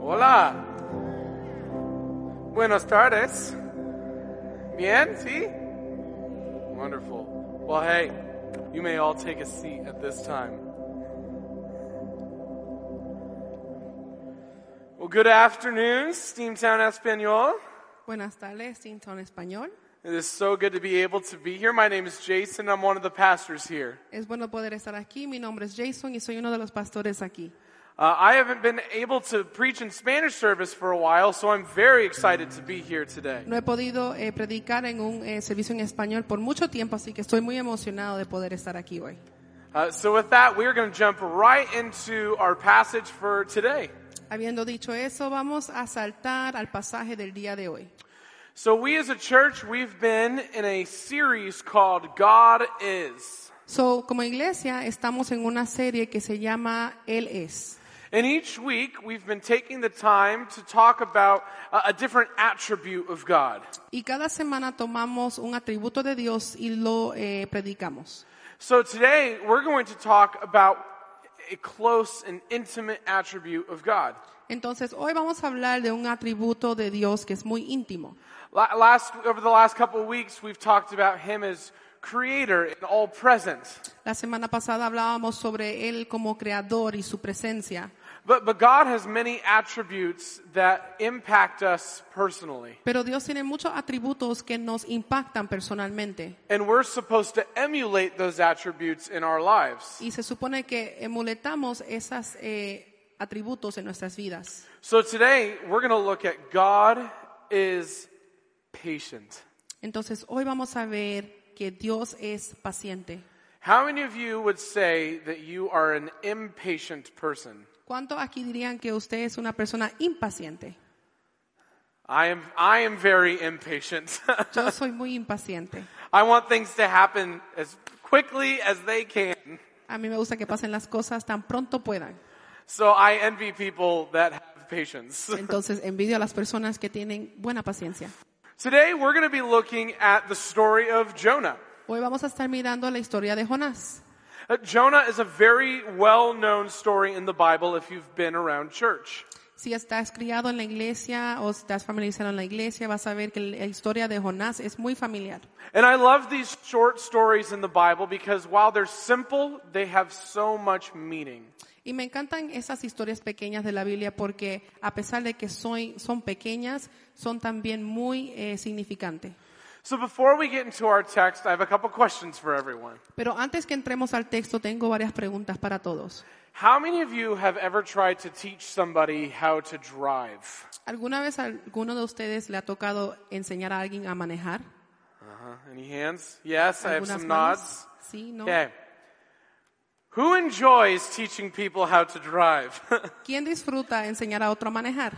Hola. Buenas tardes. Bien, sí? Wonderful. Well, hey, you may all take a seat at this time. Well, good afternoon, Steamtown Espanol. Buenas tardes, Tinton Español. It is so good to be able to be here. My name is Jason. I'm one of the pastors here. Es bueno poder estar aquí. Mi nombre es Jason y soy uno de los pastores aquí. Uh, I haven't been able to preach in Spanish service for a while, so I'm very excited to be here today. No he podido eh, predicar en un eh, servicio en español por mucho tiempo, así que estoy muy emocionado de poder estar aquí hoy. Uh, so, with that, we're going to jump right into our passage for today. Habiendo dicho eso, vamos a saltar al pasaje del día de hoy. So, we as a church, we've been in a series called God Is. So, como iglesia, estamos en una serie que se llama Él es. And each week, we've been taking the time to talk about a, a different attribute of God. Y cada semana tomamos un atributo de Dios y lo eh, predicamos. So, today, we're going to talk about a close and intimate attribute of God. Entonces, hoy vamos a hablar de un atributo de Dios que es muy íntimo. La- Last, over the last couple of weeks, we've talked about Him as creator and all present. La semana pasada hablábamos sobre Él como creador y su presencia. But, but God has many attributes that impact us personally. Pero Dios tiene muchos atributos que nos impactan personalmente. And we're supposed to emulate those attributes in our lives. Y se supone que emuletamos esos atributos en nuestras vidas. So today, we're going to look at God is patient. Entonces hoy vamos a ver que Dios es paciente. How many of you would say that you are an impatient person? ¿Cuántos aquí dirían que usted es una persona impaciente? I am, I am very impatient. Yo soy muy impaciente. I want things to happen as quickly as they can. A mí me gusta que pasen las cosas tan pronto puedan. So I envy people that have patience. Entonces envidio a las personas que tienen buena paciencia. Today we're going to be looking at the story of Jonah. Hoy vamos a estar mirando la historia de Jonás. Uh, Jonah is a very well-known story in the Bible if you've been around church. Si estás criado en la iglesia o estás familiarizado en la iglesia, vas a ver que la historia de Jonás es muy familiar. And I love these short stories in the Bible because while they're simple, they have so much meaning. Y me encantan esas historias pequeñas de la Biblia porque a pesar de que soy- son pequeñas, son también muy eh, significantes. So before we get into our text, I have a couple questions for everyone. Pero antes que entremos al texto, tengo varias preguntas para todos. How many of you have ever tried to teach somebody how to drive? ¿Alguna vez a alguno de ustedes le ha tocado enseñar a alguien a manejar? Uh-huh. Any hands? Yes, I have ¿Algunas some manos? nods. Sí, no. Okay. Who enjoys teaching people how to drive? ¿Quién disfruta enseñar a otro a manejar?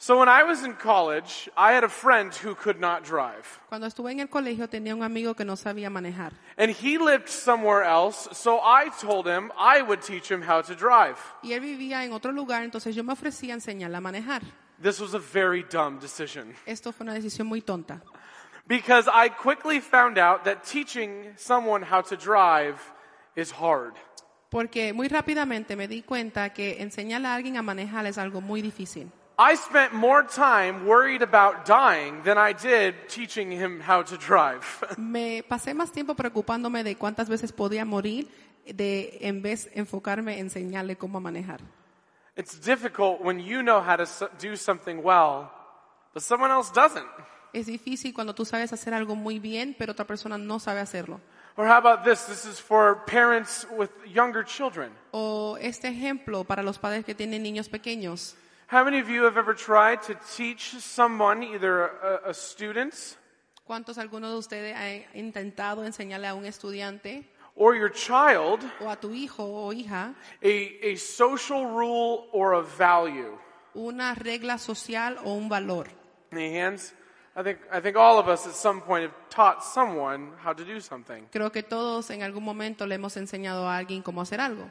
so when I was in college, I had a friend who could not drive. Cuando estuve en el colegio tenía un amigo que no sabía manejar. And he lived somewhere else, so I told him I would teach him how to drive. Y él vivía en otro lugar, entonces yo me ofrecí a enseñarle a manejar. This was a very dumb decision Esto fue una decisión muy tonta. because I quickly found out that teaching someone how to drive is hard. Porque muy rápidamente me di cuenta que enseñarle a alguien a manejar es algo muy difícil. I spent more time worried about dying than I did teaching him how to drive. Me pasé más tiempo preocupándome de cuántas veces podía morir de en vez enfocarme en enseñarle cómo manejar. It's difficult when you know how to so- do something well, but someone else doesn't. Es difícil cuando tú sabes hacer algo muy bien, pero otra persona no sabe hacerlo. Or how about this? This is for parents with younger children. O este ejemplo para los padres que tienen niños pequeños. How many of you have ever tried to teach someone, either a, a student ¿Cuántos algunos de ustedes han intentado enseñarle a un estudiante or your child, o a tu hijo o hija a, a social rule or a value? una regla social o un valor? Any hands? I think, I think all of us at some point have taught someone how to do something. Creo que todos en algún momento le hemos enseñado a alguien cómo hacer algo.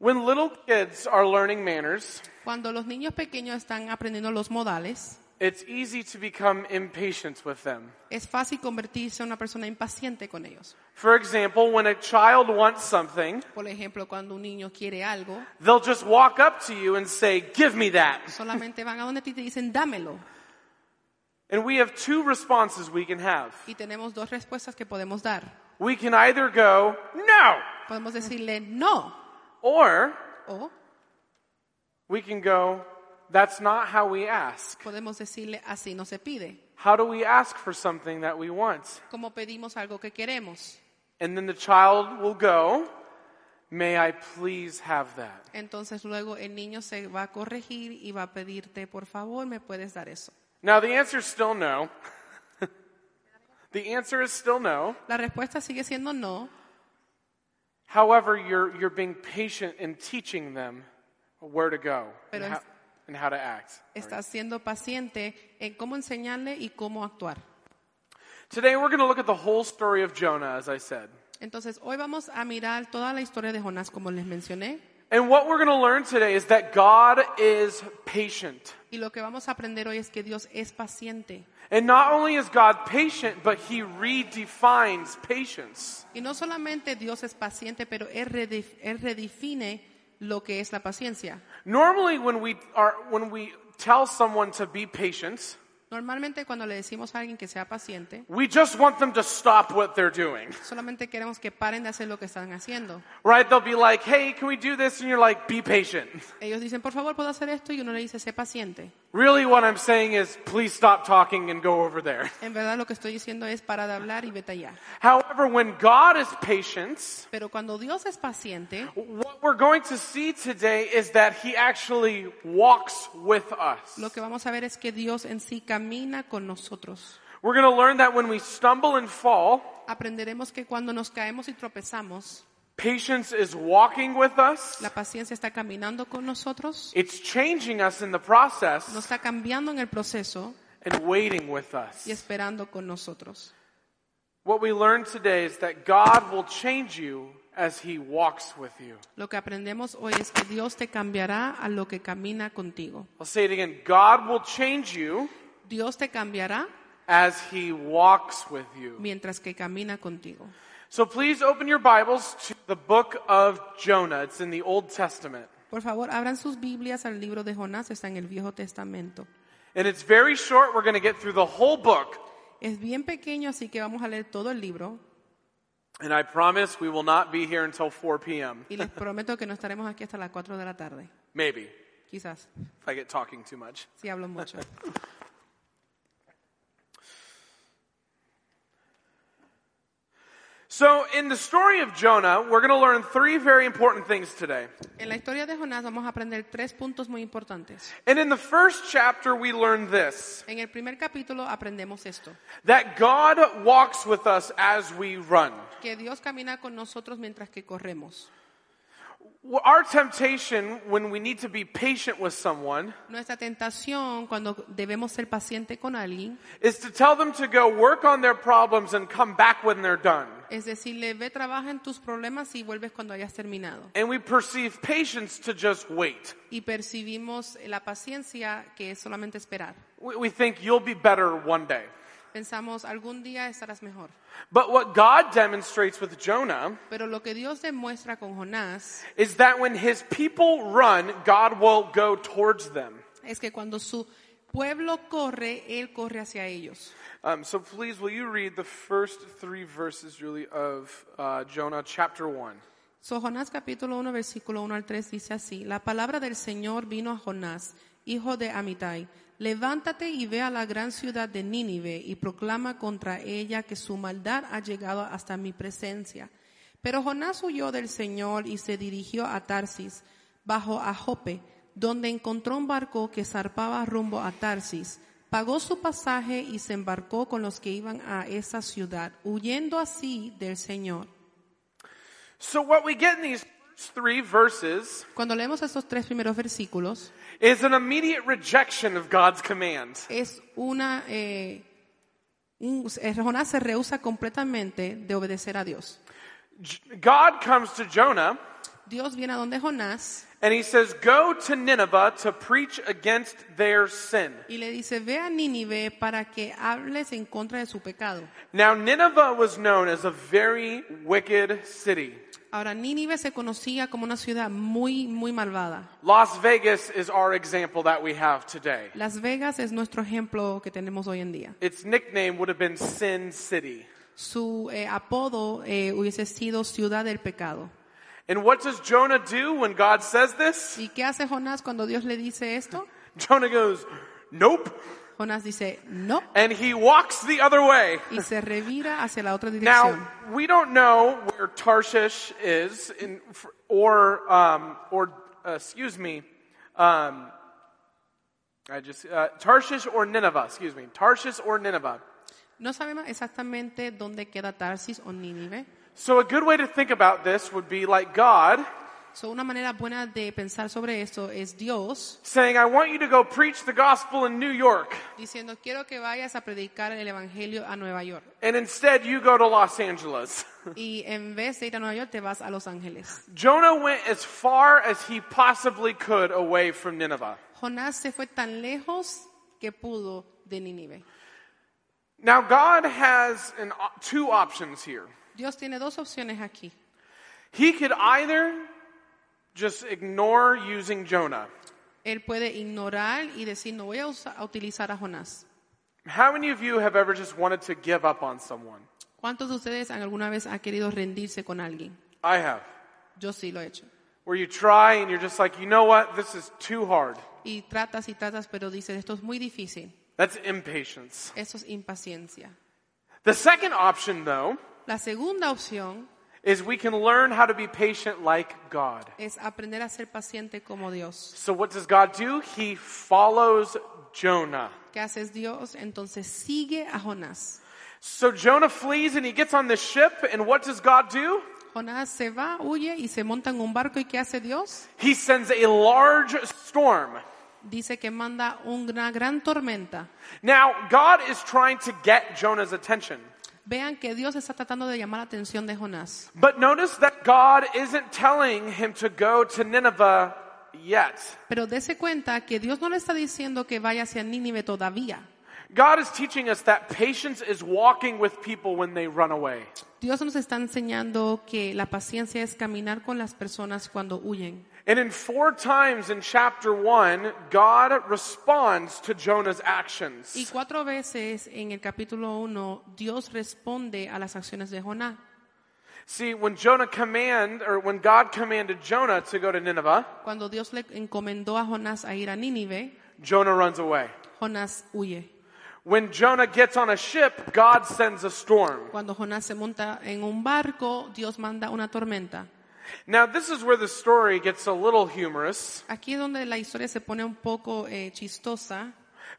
When little kids are learning manners, Cuando los niños pequeños están aprendiendo los modales, It's easy to become impatient with them. Es fácil convertirse en una persona impaciente con ellos. For example, when a child wants something, Por ejemplo, cuando un niño quiere algo, they'll just walk up to you and say, Give me that. solamente van a donde a ti y te dicen dámelo. And we have two responses we can have. Y tenemos dos respuestas que podemos dar. We can either go, No, Podemos decirle no or o we can go, That's not how we ask. podemos decirle así no se pide. How do we ask for something that we want? Como pedimos algo que queremos. And then the child will go, May I please have that? Entonces luego el niño se va a corregir y va a pedirte, por favor, ¿me puedes dar eso? Now, the answer is still no. the answer is still no. La respuesta sigue siendo no, However, you're, you're being patient in teaching them where to go and Pero how, es- and how to act. estás siendo paciente en cómo enseñarle y cómo actuar. Today, we're going to look at the whole story of Jonah, as I said. Entonces, hoy vamos a mirar toda la historia de Jonás, como les mencioné, And what we're going to learn today is that God is patient. y lo que vamos a aprender hoy es que Dios es paciente. And not only is God patient, but he redefines patience. Y no solamente Dios es paciente, pero Él, redef- Él redefine lo que es la paciencia. Normally, when we, are, when we tell someone to be patient, Normalmente cuando le decimos a alguien que sea paciente, we just want them to stop what they're doing. solamente queremos que paren de hacer lo que están haciendo. Right? They'll be like, hey, can we do this? And you're like, be patient. Ellos dicen, por favor, puedo hacer esto, y uno le dice, sé paciente. Really, what I'm saying is, please stop talking and go over there. En verdad lo que estoy diciendo es para de hablar y vete allá. However, when God is patient, Pero cuando Dios es paciente, what we're going to see today is that He actually walks with us. lo que vamos a ver es que Dios en sí camina con nosotros. We're going to learn that when we stumble and fall, Aprenderemos que cuando nos caemos y tropezamos, patience is walking with us. la paciencia está caminando con nosotros, It's changing us in the nos process está cambiando en el proceso and waiting with y us. esperando con nosotros. What we learn today is that God will change you as He walks with you. Lo que aprendemos hoy es que Dios te cambiará a lo que camina contigo. I'll say it again. God will change you Dios te cambiará as he walks with you. mientras que camina contigo. So please open your Bibles to the book of Jonah. It's in the Old Testament. Por favor, abran sus Biblias al libro de Jonás, está en el Viejo Testamento. And it's very short. We're going to get through the whole book. Es bien pequeño, así que vamos a leer todo el libro And I promise we will not be here until 4 p.m. y les prometo que no estaremos aquí hasta las 4 de la tarde. Maybe, if Quizás, I get talking too much. si hablo mucho. So, in the story of Jonah, we're going to learn three very important things today. En la historia de Jonás vamos a aprender tres puntos muy importantes. And in the first chapter, we learn this En el primer capítulo aprendemos esto, that God walks with us as we run. que Dios camina con nosotros mientras que corremos. Well, Our temptation when we need to be patient with someone Nuestra tentación cuando debemos ser paciente con alguien is to tell them to go work on their problems and come back when they're done. es decirle, ve, trabaja en tus problemas y vuelves cuando hayas terminado. And we perceive patience to just wait. Y percibimos la paciencia que es solamente esperar. We, we think you'll be better one day. Pensamos, algún día estarás mejor. But what God demonstrates with Jonah Pero lo que Dios demuestra con Jonás is that when his people run, God will go towards them. es que cuando su pueblo corre, Él corre hacia ellos. Um, so please, will you read the first three verses, Julie, of uh, Jonah chapter 1? So, Jonás capítulo 1, versículo 1 al 3 dice así, la palabra del Señor vino a Jonás, hijo de Amitai, levántate y ve a la gran ciudad de Nínive y proclama contra ella que su maldad ha llegado hasta mi presencia. Pero Jonás huyó del Señor y se dirigió a Tarsis, bajo a Jope, donde encontró un barco que zarpaba rumbo a Tarsis. Pagó su pasaje y se embarcó con los que iban a esa ciudad, huyendo así del Señor. So what we get in these first three verses Cuando leemos estos tres primeros versículos, is an immediate rejection of God's command. es una... eh, un- eh, Jonás se rehúsa completamente de obedecer a Dios. J- God comes to Jonah Dios viene a donde Jonás And he says, Go to Nineveh to preach against their sin. Y le dice, ve a Nínive para que hables en contra de su pecado. Now, Nineveh was known as a very wicked city. Ahora, Nínive se conocía como una ciudad muy, muy malvada. Las Vegas is our example that we have today. Las Vegas es nuestro ejemplo que tenemos hoy en día. Its nickname would have been Sin City. Su eh, apodo eh, hubiese sido ciudad del pecado. And what does Jonah do when God says this? ¿Y qué hace Jonás cuando Dios le dice esto? Jonah goes, Nope. Jonás dice, no, And he walks the other way. y se revira hacia la otra dirección. Now, we don't know where Tarshish is, in, or, um, or uh, excuse me, um, I just, uh, Tarshish or Nineveh, excuse me, Tarshish or Nineveh. No sabemos exactamente dónde queda Tarsis o Nínive. So, a good way to think about this would be like God So, una manera buena de pensar sobre esto es Dios saying, I want you to go preach the gospel in New York, diciendo, quiero que vayas a predicar el Evangelio a Nueva York. and instead you go to Los Angeles. Y en vez de ir a Nueva York, te vas a Los Ángeles. Jonah went as far as he possibly could away from Nineveh. Jonás se fue tan lejos que pudo de Nínive. Now, God has an, op- two options here. Dios tiene dos opciones aquí. He could either just ignore using Jonah. Él puede ignorar y decir, no voy a, usa- a utilizar a Jonás. How many of you have ever just wanted to give up on someone? ¿Cuántos de ustedes alguna vez han querido rendirse con alguien? I have. Yo sí lo he hecho. Where you try and you're just like, you know what? This is too hard. Y tratas y tratas, pero dices, esto es muy difícil. That's impatience. Eso es impaciencia. The second option, though, La segunda opción is we can learn how to be patient like God. es aprender a ser paciente como Dios. So, what does God do? He follows Jonah. ¿Qué haces Dios? Entonces sigue a Jonás. So, Jonah flees and he gets on the ship, and what does God do? Jonás se va, huye y se monta en un barco. ¿Y qué hace Dios? He sends a large storm. Dice que manda una gran tormenta. Now, God is trying to get Jonah's attention. Vean que Dios está tratando de llamar la atención de Jonás. But notice that God isn't telling him to go to Nineveh yet. Pero dése cuenta que Dios no le está diciendo que vaya hacia Nínive todavía. God is teaching us that patience is walking with people when they run away. Dios nos está enseñando que la paciencia es caminar con las personas cuando huyen. And in four times in chapter one, God responds to Jonah's Y actions. cuatro veces en el capítulo 1 Dios responde a las acciones de Jonás. See, when Jonah command, or when God commanded Jonah to go to Nineveh, Cuando Dios le encomendó a Jonás a ir a Nínive, Jonah runs away. Jonás huye. When Jonah gets on a ship, God sends a storm. Cuando Jonás se monta en un barco, Dios manda una tormenta. Now, this is where the story gets a little humorous. Aquí es donde la historia se pone un poco eh, chistosa,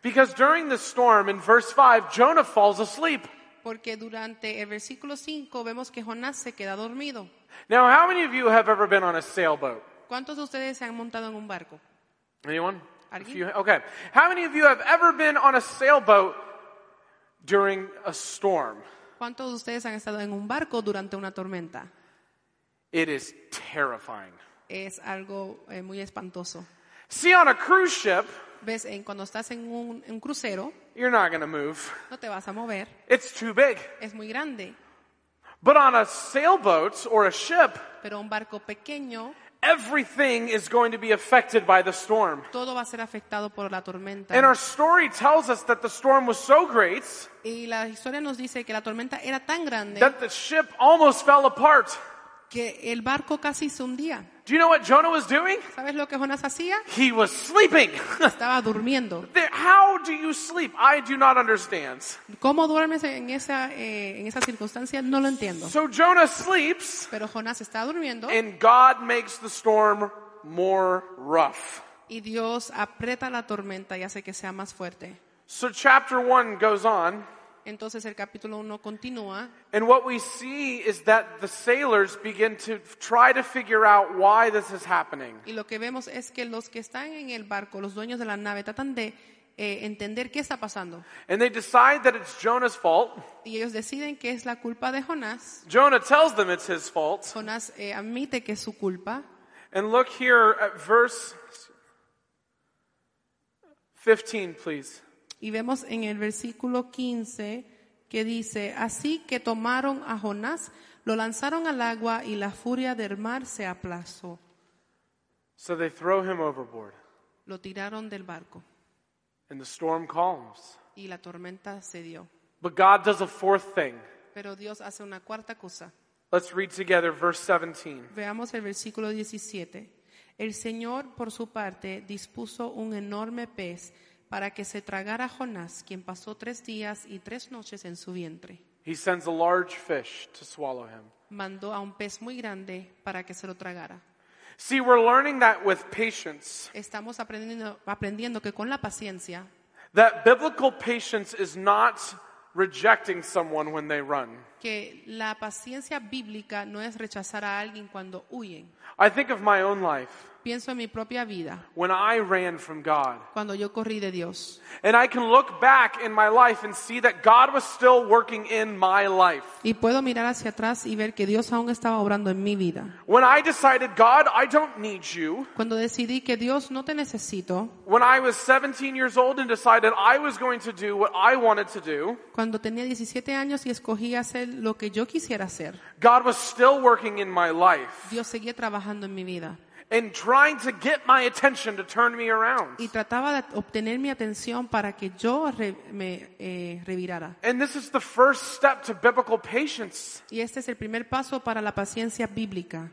Because during the storm in verse 5, Jonah falls asleep. porque durante el versículo 5 vemos que Jonás se queda dormido. Now, how many of you have ever been on a sailboat? ¿Cuántos de ustedes se han montado en un barco? Anyone? Are If you? okay. How many of you have ever been on a sailboat during a storm? ¿Cuántos de ustedes han estado en un barco durante una tormenta? It is terrifying. Es algo eh, muy espantoso. See, on a cruise ship, Ves, en, cuando estás en un, en un crucero, you're not going to move. no te vas a mover, It's too big. es muy grande, But on a sailboat or a ship, pero un barco pequeño, everything is going to be affected by the storm. todo va a ser afectado por la tormenta. And our story tells us that the storm was so great Y la historia nos dice que la tormenta era tan grande that the ship almost fell apart. que el barco casi se hundía. Do you know what Jonah was doing? ¿Sabes lo que Jonás hacía? He was sleeping. Estaba durmiendo. There- How do you sleep? I do not understand. ¿Cómo duermes en esa, eh, en esa circunstancia? No lo entiendo. So Jonah sleeps, Pero Jonás está durmiendo and God makes the storm more rough. y Dios aprieta la tormenta y hace que sea más fuerte. So chapter one goes on, Entonces el capítulo 1 continúa and what we see is that the sailors begin to try to figure out why this is happening. y lo que vemos es que los que están en el barco, los dueños de la nave, tratan de eh, entender qué está pasando. And they decide that it's Jonah's fault. Y ellos deciden que es la culpa de Jonás. Jonah tells them it's his fault, Jonás eh, admite que es su culpa And look here at verse 15, please. Y vemos en el versículo 15 que dice, así que tomaron a Jonás, lo lanzaron al agua y la furia del mar se aplazó. So they throw him overboard, Lo tiraron del barco and the storm calms. y la tormenta se dio. But God does a fourth thing. Pero Dios hace una cuarta cosa. Let's read together verse 17. Veamos el versículo 17. El Señor, por su parte, dispuso un enorme pez para que se tragara a Jonás, quien pasó tres días y tres noches en su vientre. He sends a large fish to swallow him. Mandó a un pez muy grande para que se lo tragara. See, we're learning that with patience, Estamos aprendiendo, aprendiendo que con la paciencia, that biblical patience is not rejecting someone when they run. que la paciencia bíblica no es rechazar a alguien cuando huyen. I think of my own life Pienso en mi propia vida, when I ran from God. cuando yo corrí de Dios. And I can look back in my life and see that God was still working in my life. Y puedo mirar hacia atrás y ver que Dios aún estaba obrando en mi vida. When I decided, God, I don't need you. Cuando decidí que Dios no te necesito, When I was 17 years old and decided I was going to do what I wanted to do, cuando tenía 17 años y escogí hacer lo que yo quisiera hacer, God was still working in my life Dios seguía trabajando en mi vida. and trying to get my attention to turn me around. Y trataba de obtener mi atención para que yo re- me eh, revirara. And this is the first step to biblical patience. Y este es el primer paso para la paciencia bíblica.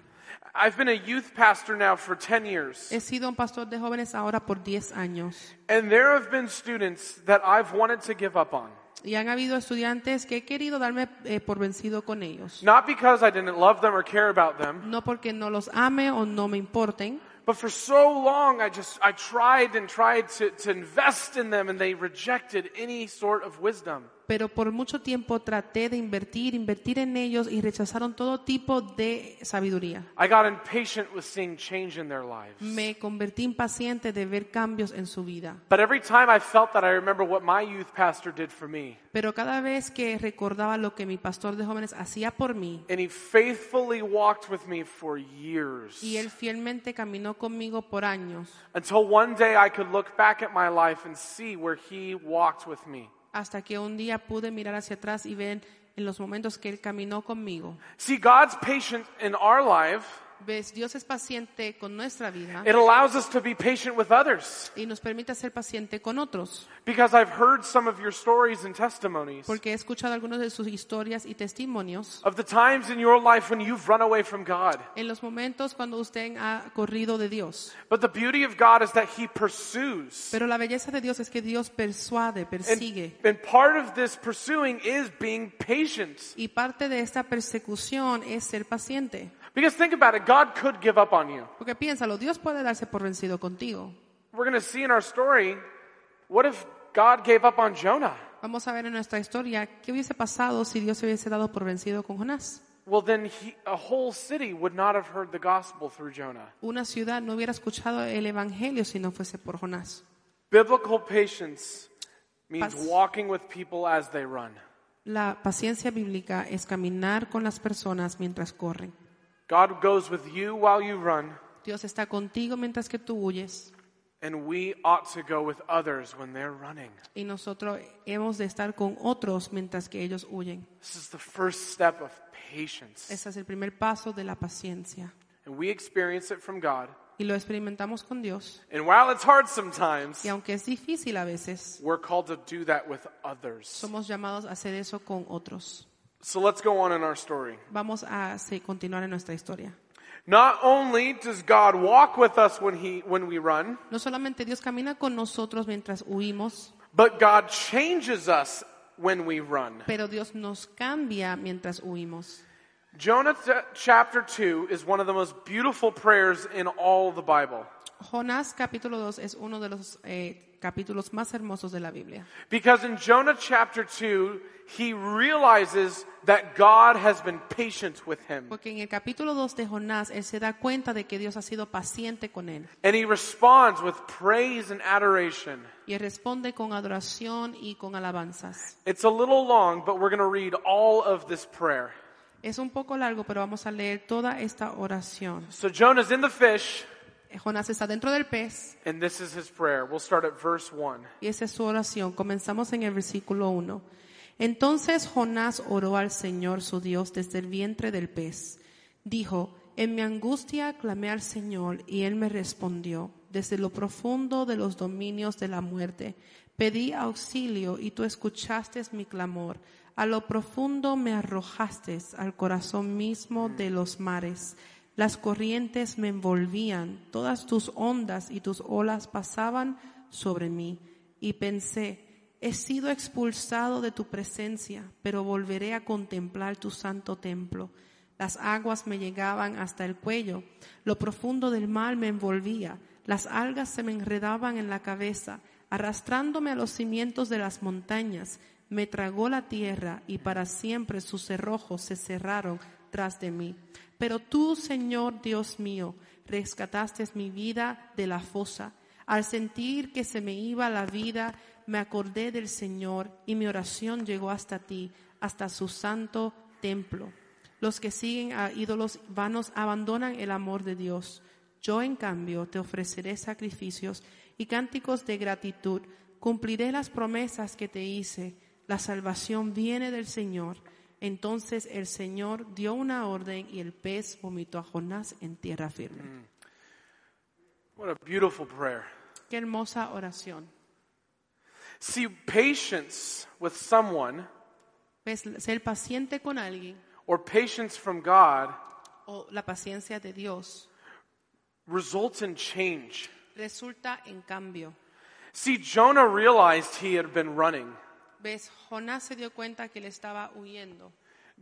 I've been a youth pastor now for 10 years, He sido un pastor de jóvenes ahora por 10 años. and there have been students that I've wanted to give up on. Y han habido estudiantes que he querido darme eh, por vencido con ellos. Not because I didn't love them or care about them, No porque no los ame o no me importen, but for so long I just, I tried and tried to, to invest in them and they rejected any sort of wisdom. pero por mucho tiempo traté de invertir, invertir en ellos y rechazaron todo tipo de sabiduría. I got impatient with seeing change in their lives. Me convertí impaciente de ver cambios en su vida. But every time I felt that, I remember what my youth pastor did for me. Pero cada vez que recordaba lo que mi pastor de jóvenes hacía por mí, And he faithfully walked with me for years. y él fielmente caminó conmigo por años, Until one day I could look back at my life and see where he walked with me. hasta que un día pude mirar hacia atrás y ver en los momentos que él caminó conmigo. See, God's patient in our life, Ves, Dios es paciente con nuestra vida it allows us to be patient with others. y nos permite ser paciente con otros, Because I've heard some of your stories and testimonies porque he escuchado algunas de sus historias y testimonios of the times in your life when you've run away from God. en los momentos cuando usted ha corrido de Dios. But the beauty of God is that he pursues. Pero la belleza de Dios es que Dios persuade, And, persigue. and part of this pursuing is being patient. Y parte de esta persecución es ser paciente. Because think about it, God could give up on you. Porque piénsalo, Dios puede darse por vencido contigo. We're going to see in our story what if God gave up on Jonah? Vamos a ver en nuestra historia qué hubiese pasado si Dios se hubiese dado por vencido con Jonás. Well, then he, a whole city would not have heard the gospel through Jonah. Una ciudad no hubiera escuchado el evangelio si no fuese por Jonás. Biblical patience means Pas- walking with people as they run. La paciencia bíblica es caminar con las personas mientras corren. God goes with you while you run, Dios está contigo mientras que tú huyes and we ought to go with others when they're running. y nosotros hemos de estar con otros mientras que ellos huyen. This is the first step of patience. Ese es el primer paso de la paciencia And we experience it from God. y lo experimentamos con Dios. And while it's hard sometimes, Y aunque es difícil a veces, we're called to do that with others. somos llamados a hacer eso con otros. So let's go on in our story. Vamos a se- continuar en nuestra historia. Not only does God walk with us when he when we run, No solamente Dios camina con nosotros mientras huimos, but God changes us when we run. pero Dios nos cambia mientras huimos. Jonah t- chapter 2 is one of the most beautiful prayers in all the Bible Jonás capítulo 2 es uno de los eh, capítulos más hermosos de la Biblia, because in Jonah chapter 2 he realizes that God has been patient with him porque en el capítulo 2 de Jonás él se da cuenta de que Dios ha sido paciente con él and he responds with praise and adoration. y él responde con adoración y con alabanzas. It's a little long, but we're going to read all of this prayer. Es un poco largo, pero vamos a leer toda esta oración. So Jonah's in the fish, Jonás está dentro del pez and this is his prayer. We'll start at verse 1. y esa es su oración. Comenzamos en el versículo 1. Entonces Jonás oró al Señor su Dios desde el vientre del pez. Dijo, en mi angustia clamé al Señor y él me respondió. Desde lo profundo de los dominios de la muerte pedí auxilio y tú escuchaste mi clamor. A lo profundo me arrojaste al corazón mismo de los mares. Las corrientes me envolvían, todas tus ondas y tus olas pasaban sobre mí. Y pensé, he sido expulsado de tu presencia, pero volveré a contemplar tu santo templo. Las aguas me llegaban hasta el cuello, lo profundo del mar me envolvía, las algas se me enredaban en la cabeza, arrastrándome a los cimientos de las montañas, me tragó la tierra y para siempre sus cerrojos se cerraron tras de mí. Pero tú, Señor Dios mío, rescataste mi vida de la fosa. Al sentir que se me iba la vida, me acordé del Señor y mi oración llegó hasta ti, hasta su santo templo. Los que siguen a ídolos vanos abandonan el amor de Dios. Yo, en cambio, te ofreceré sacrificios y cánticos de gratitud. Cumpliré las promesas que te hice. La salvación viene del Señor. Entonces el Señor dio una orden y el pez vomitó a Jonás en tierra firme. What a beautiful prayer. Qué hermosa oración. See, patience with someone ¿Ves? Pues, Ser paciente con alguien or patience from God o la paciencia de Dios results in change. resulta en cambio. See, Jonah realized he had been running. ¿Ves? Jonás se dio cuenta que él estaba huyendo.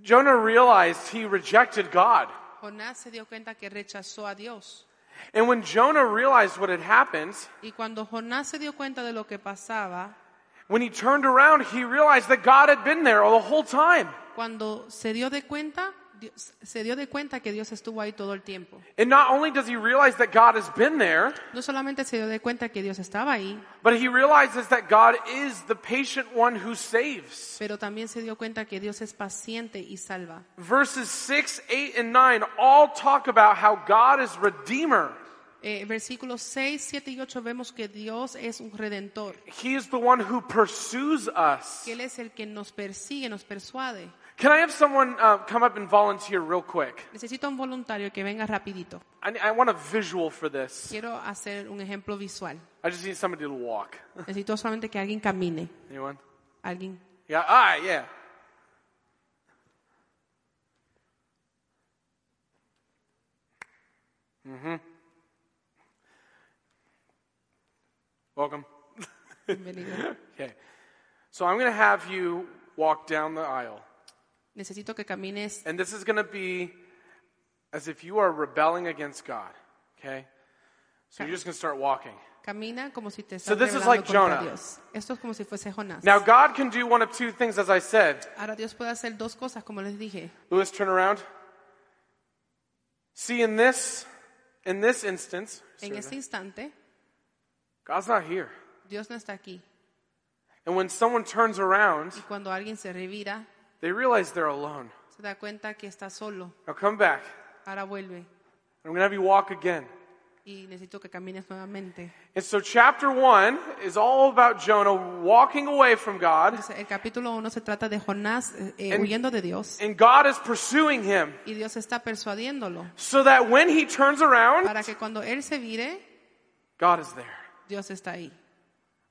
Jonah realized he rejected God. Jonás se dio cuenta que rechazó a Dios. And when Jonah realized what had happened, Y cuando Jonás se dio cuenta de lo que pasaba, when he turned around, he realized that God had been there all the whole time. cuando se dio de cuenta, Dios- se dio de cuenta que Dios estuvo ahí todo el tiempo. And not only does he realize that God has been there, No solamente se dio de cuenta que Dios estaba ahí, but he realizes that God is the patient one who saves. pero también se dio cuenta que Dios es paciente y salva. Verses 6, 8, and 9 all talk about how God is Redeemer. Eh, versículos 6, 7 y 8 vemos que Dios es un redentor, He is the one who pursues us. que Él es el que nos persigue, nos persuade. Can I have someone uh, come up and volunteer real quick? Necesito un voluntario que venga rapidito. I, I want a visual for this. Quiero hacer un ejemplo visual. I just need somebody to walk. Necesito solamente que alguien camine. Anyone? Alguien. Yeah, ah, yeah. Mm-hmm. Welcome. Bienvenido. Okay. So I'm going to have you walk down the aisle. Necesito que camines. And this is going to be as if you are rebelling against God. Okay? So you're just going to start walking. Camina como si te So estás this is rebelando like contra Jonah. Dios. Esto es como si fuese Jonás. Now, God can do one of two things, as I said. Ahora Dios puede hacer dos cosas, como les dije. Lewis, turn around. See, in this, in this instance, En este instante, God's not here. Dios no está aquí. And when someone turns around, Y cuando alguien se revira, they realize they're alone. se da cuenta que está solo. Now come back. Ahora vuelve. I'm going to have you walk again. Y necesito que camines nuevamente. And so, chapter one is all about Jonah walking away from God, Entonces, el capítulo 1 se trata de Jonás eh, eh, En- huyendo de Dios. and God is pursuing him Y Dios está persuadiéndolo so that when he turns around, para que cuando Él se vire, God is there. Dios está ahí.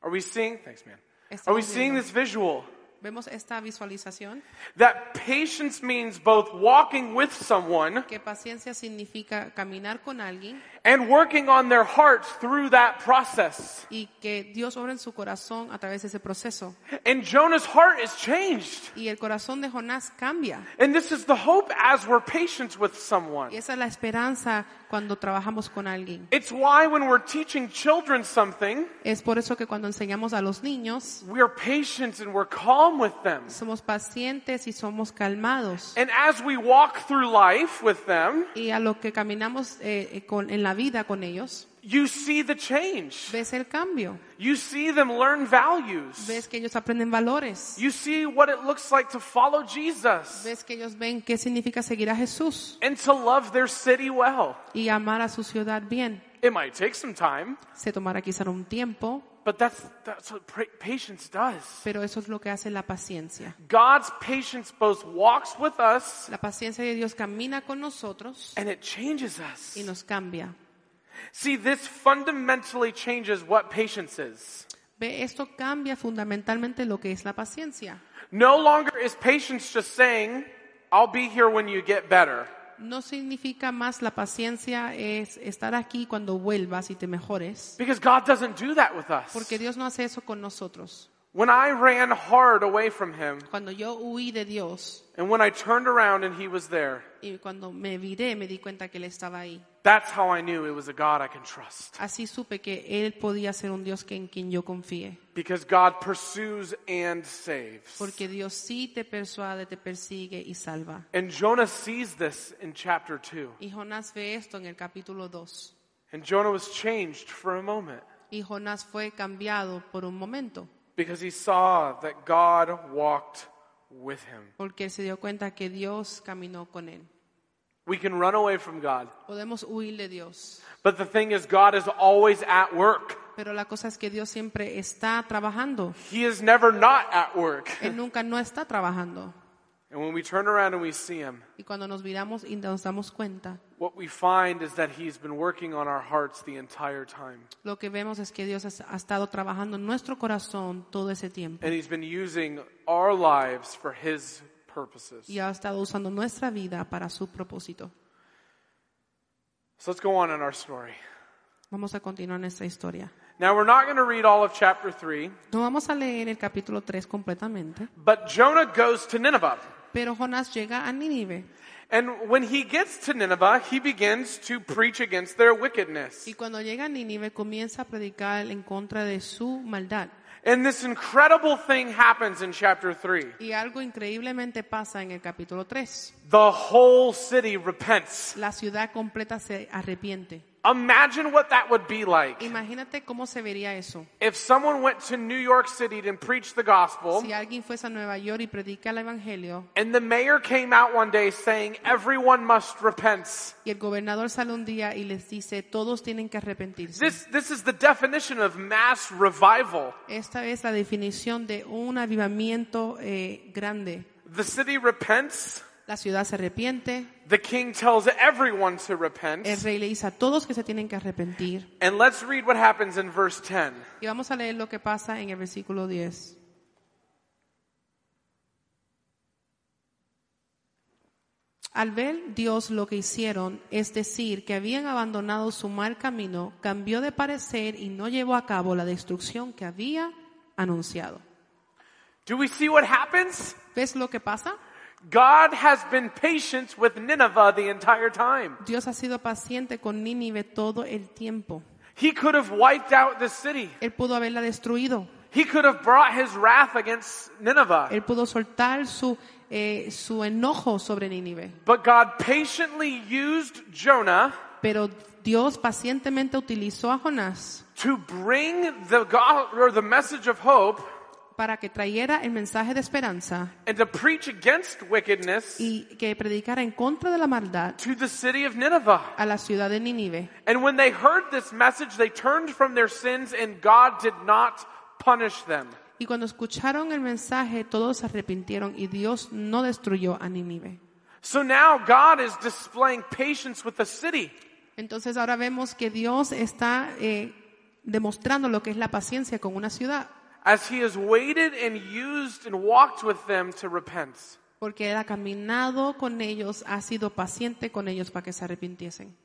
Are we seeing? Thanks, man. Are we Estamos seeing viendo. this visual? Vemos esta visualización That patience means both walking with someone que paciencia significa caminar con alguien and working on their hearts through that process. y que Dios obra en su corazón a través de ese proceso. And Jonah's heart is changed. Y el corazón de Jonás cambia. And this is the hope as we're patient with Y someone. esa es la esperanza cuando trabajamos con alguien. It's why when we're teaching children something, Es por eso que cuando enseñamos a los niños, we're patient and we're calm with them. somos pacientes y somos calmados. And as we walk through life with them, Y a lo que caminamos eh, eh, con, en la vida con ellos, You see the change. ves el cambio, You see them learn values. ves que ellos aprenden valores, You see what it looks like to follow Jesus ves que ellos ven qué significa seguir a Jesús and to love their city well. y amar a su ciudad bien. It might take some time, Se tomará quizá un tiempo, but that's, that's what pra- patience does. pero eso es lo que hace la paciencia. God's patience both walks with us La paciencia de Dios camina con nosotros and it changes us. y nos cambia. See, this fundamentally changes what patience is. Ve, esto cambia fundamentalmente lo que es la paciencia. No longer is patience just saying, I'll be here when you get better. No significa más la paciencia es estar aquí cuando vuelvas y te mejores, Because God doesn't do that with us. porque Dios no hace eso con nosotros. When I ran hard away from Him, Cuando yo huí de Dios and when I turned around and He was there, y cuando me viré me di cuenta que Él estaba ahí. that's how I knew it was a God I can trust. Así supe que Él podía ser un Dios que, en quien yo confíe, Because God pursues and saves. porque Dios sí te persuade, te persigue y salva. And Jonah sees this in chapter 2. Y Jonás ve esto en el capítulo 2. And Jonah was changed for a moment Y Jonás fue cambiado por un momento, because he saw that God walked with him. porque él se dio cuenta que Dios caminó con él. We can run away from God. Podemos huir de Dios, But the thing is, God is always at work. pero la cosa es que Dios siempre está trabajando. He is never not at work. Él nunca no está trabajando. And when we turn around and we see Him, Y cuando nos miramos y nos damos cuenta, what we find is that He's been working on our hearts the entire time. lo que vemos es que Dios ha ha estado trabajando en nuestro corazón todo ese tiempo And He's been using our lives for His purposes. y ha estado usando nuestra vida para su propósito. So let's go on in our story. Vamos a continuar nuestra historia. Now, we're not going to read all of chapter 3, No vamos a leer el capítulo 3 completamente, but Jonah goes to Nineveh. pero Jonás llega a Nínive. And when he gets to Nineveh, he begins to preach against their wickedness. Y cuando llega a Nínive comienza a predicar en contra de su maldad. And this incredible thing happens in chapter 3. Y algo increíblemente pasa en el capítulo 3. The whole city repents. La ciudad completa se arrepiente. Imagine what that would be like Imagínate cómo se vería eso. if someone went to New York City to preach the gospel, Si alguien fuese a Nueva York y predica el Evangelio and the mayor came out one day saying, Everyone must repent. y el gobernador sale un día y les dice, todos tienen que arrepentirse. This, this is the definition of mass revival. Esta es la definición de un avivamiento eh, grande. The city repents, La ciudad se arrepiente, the king tells everyone to el repent. rey le dice a todos que se tienen que arrepentir. And let's read what happens in verse 10. Y vamos a leer lo que pasa en el versículo 10. Al ver Dios lo que hicieron, es decir, que habían abandonado su mal camino, cambió de parecer y no llevó a cabo la destrucción que había anunciado. Do we see what happens? ¿Ves lo que pasa? God has been patient with Nineveh the entire time. Dios ha sido paciente con Nínive todo el tiempo. He could have wiped out the city. Él pudo haberla destruido. He could have brought his wrath against Nineveh. Él pudo soltar su, eh, su enojo sobre Nínive. But God patiently used Jonah Pero Dios pacientemente utilizó a Jonás to bring the go- or the message of hope para que trayera el mensaje de esperanza and to preach against wickedness y que predicara en contra de la maldad to the city of Nineveh. a la ciudad de Nínive. And when they heard this message, they turned from their sins and God did not punish them. Y cuando escucharon el mensaje, todos se arrepintieron y Dios no destruyó a Nínive. So now God is displaying patience with the city. Entonces ahora vemos que Dios está eh, demostrando lo que es la paciencia con una ciudad, as he has waited and used and walked with them to repent. porque Él ha caminado con ellos, ha sido paciente con ellos para que se arrepintiesen.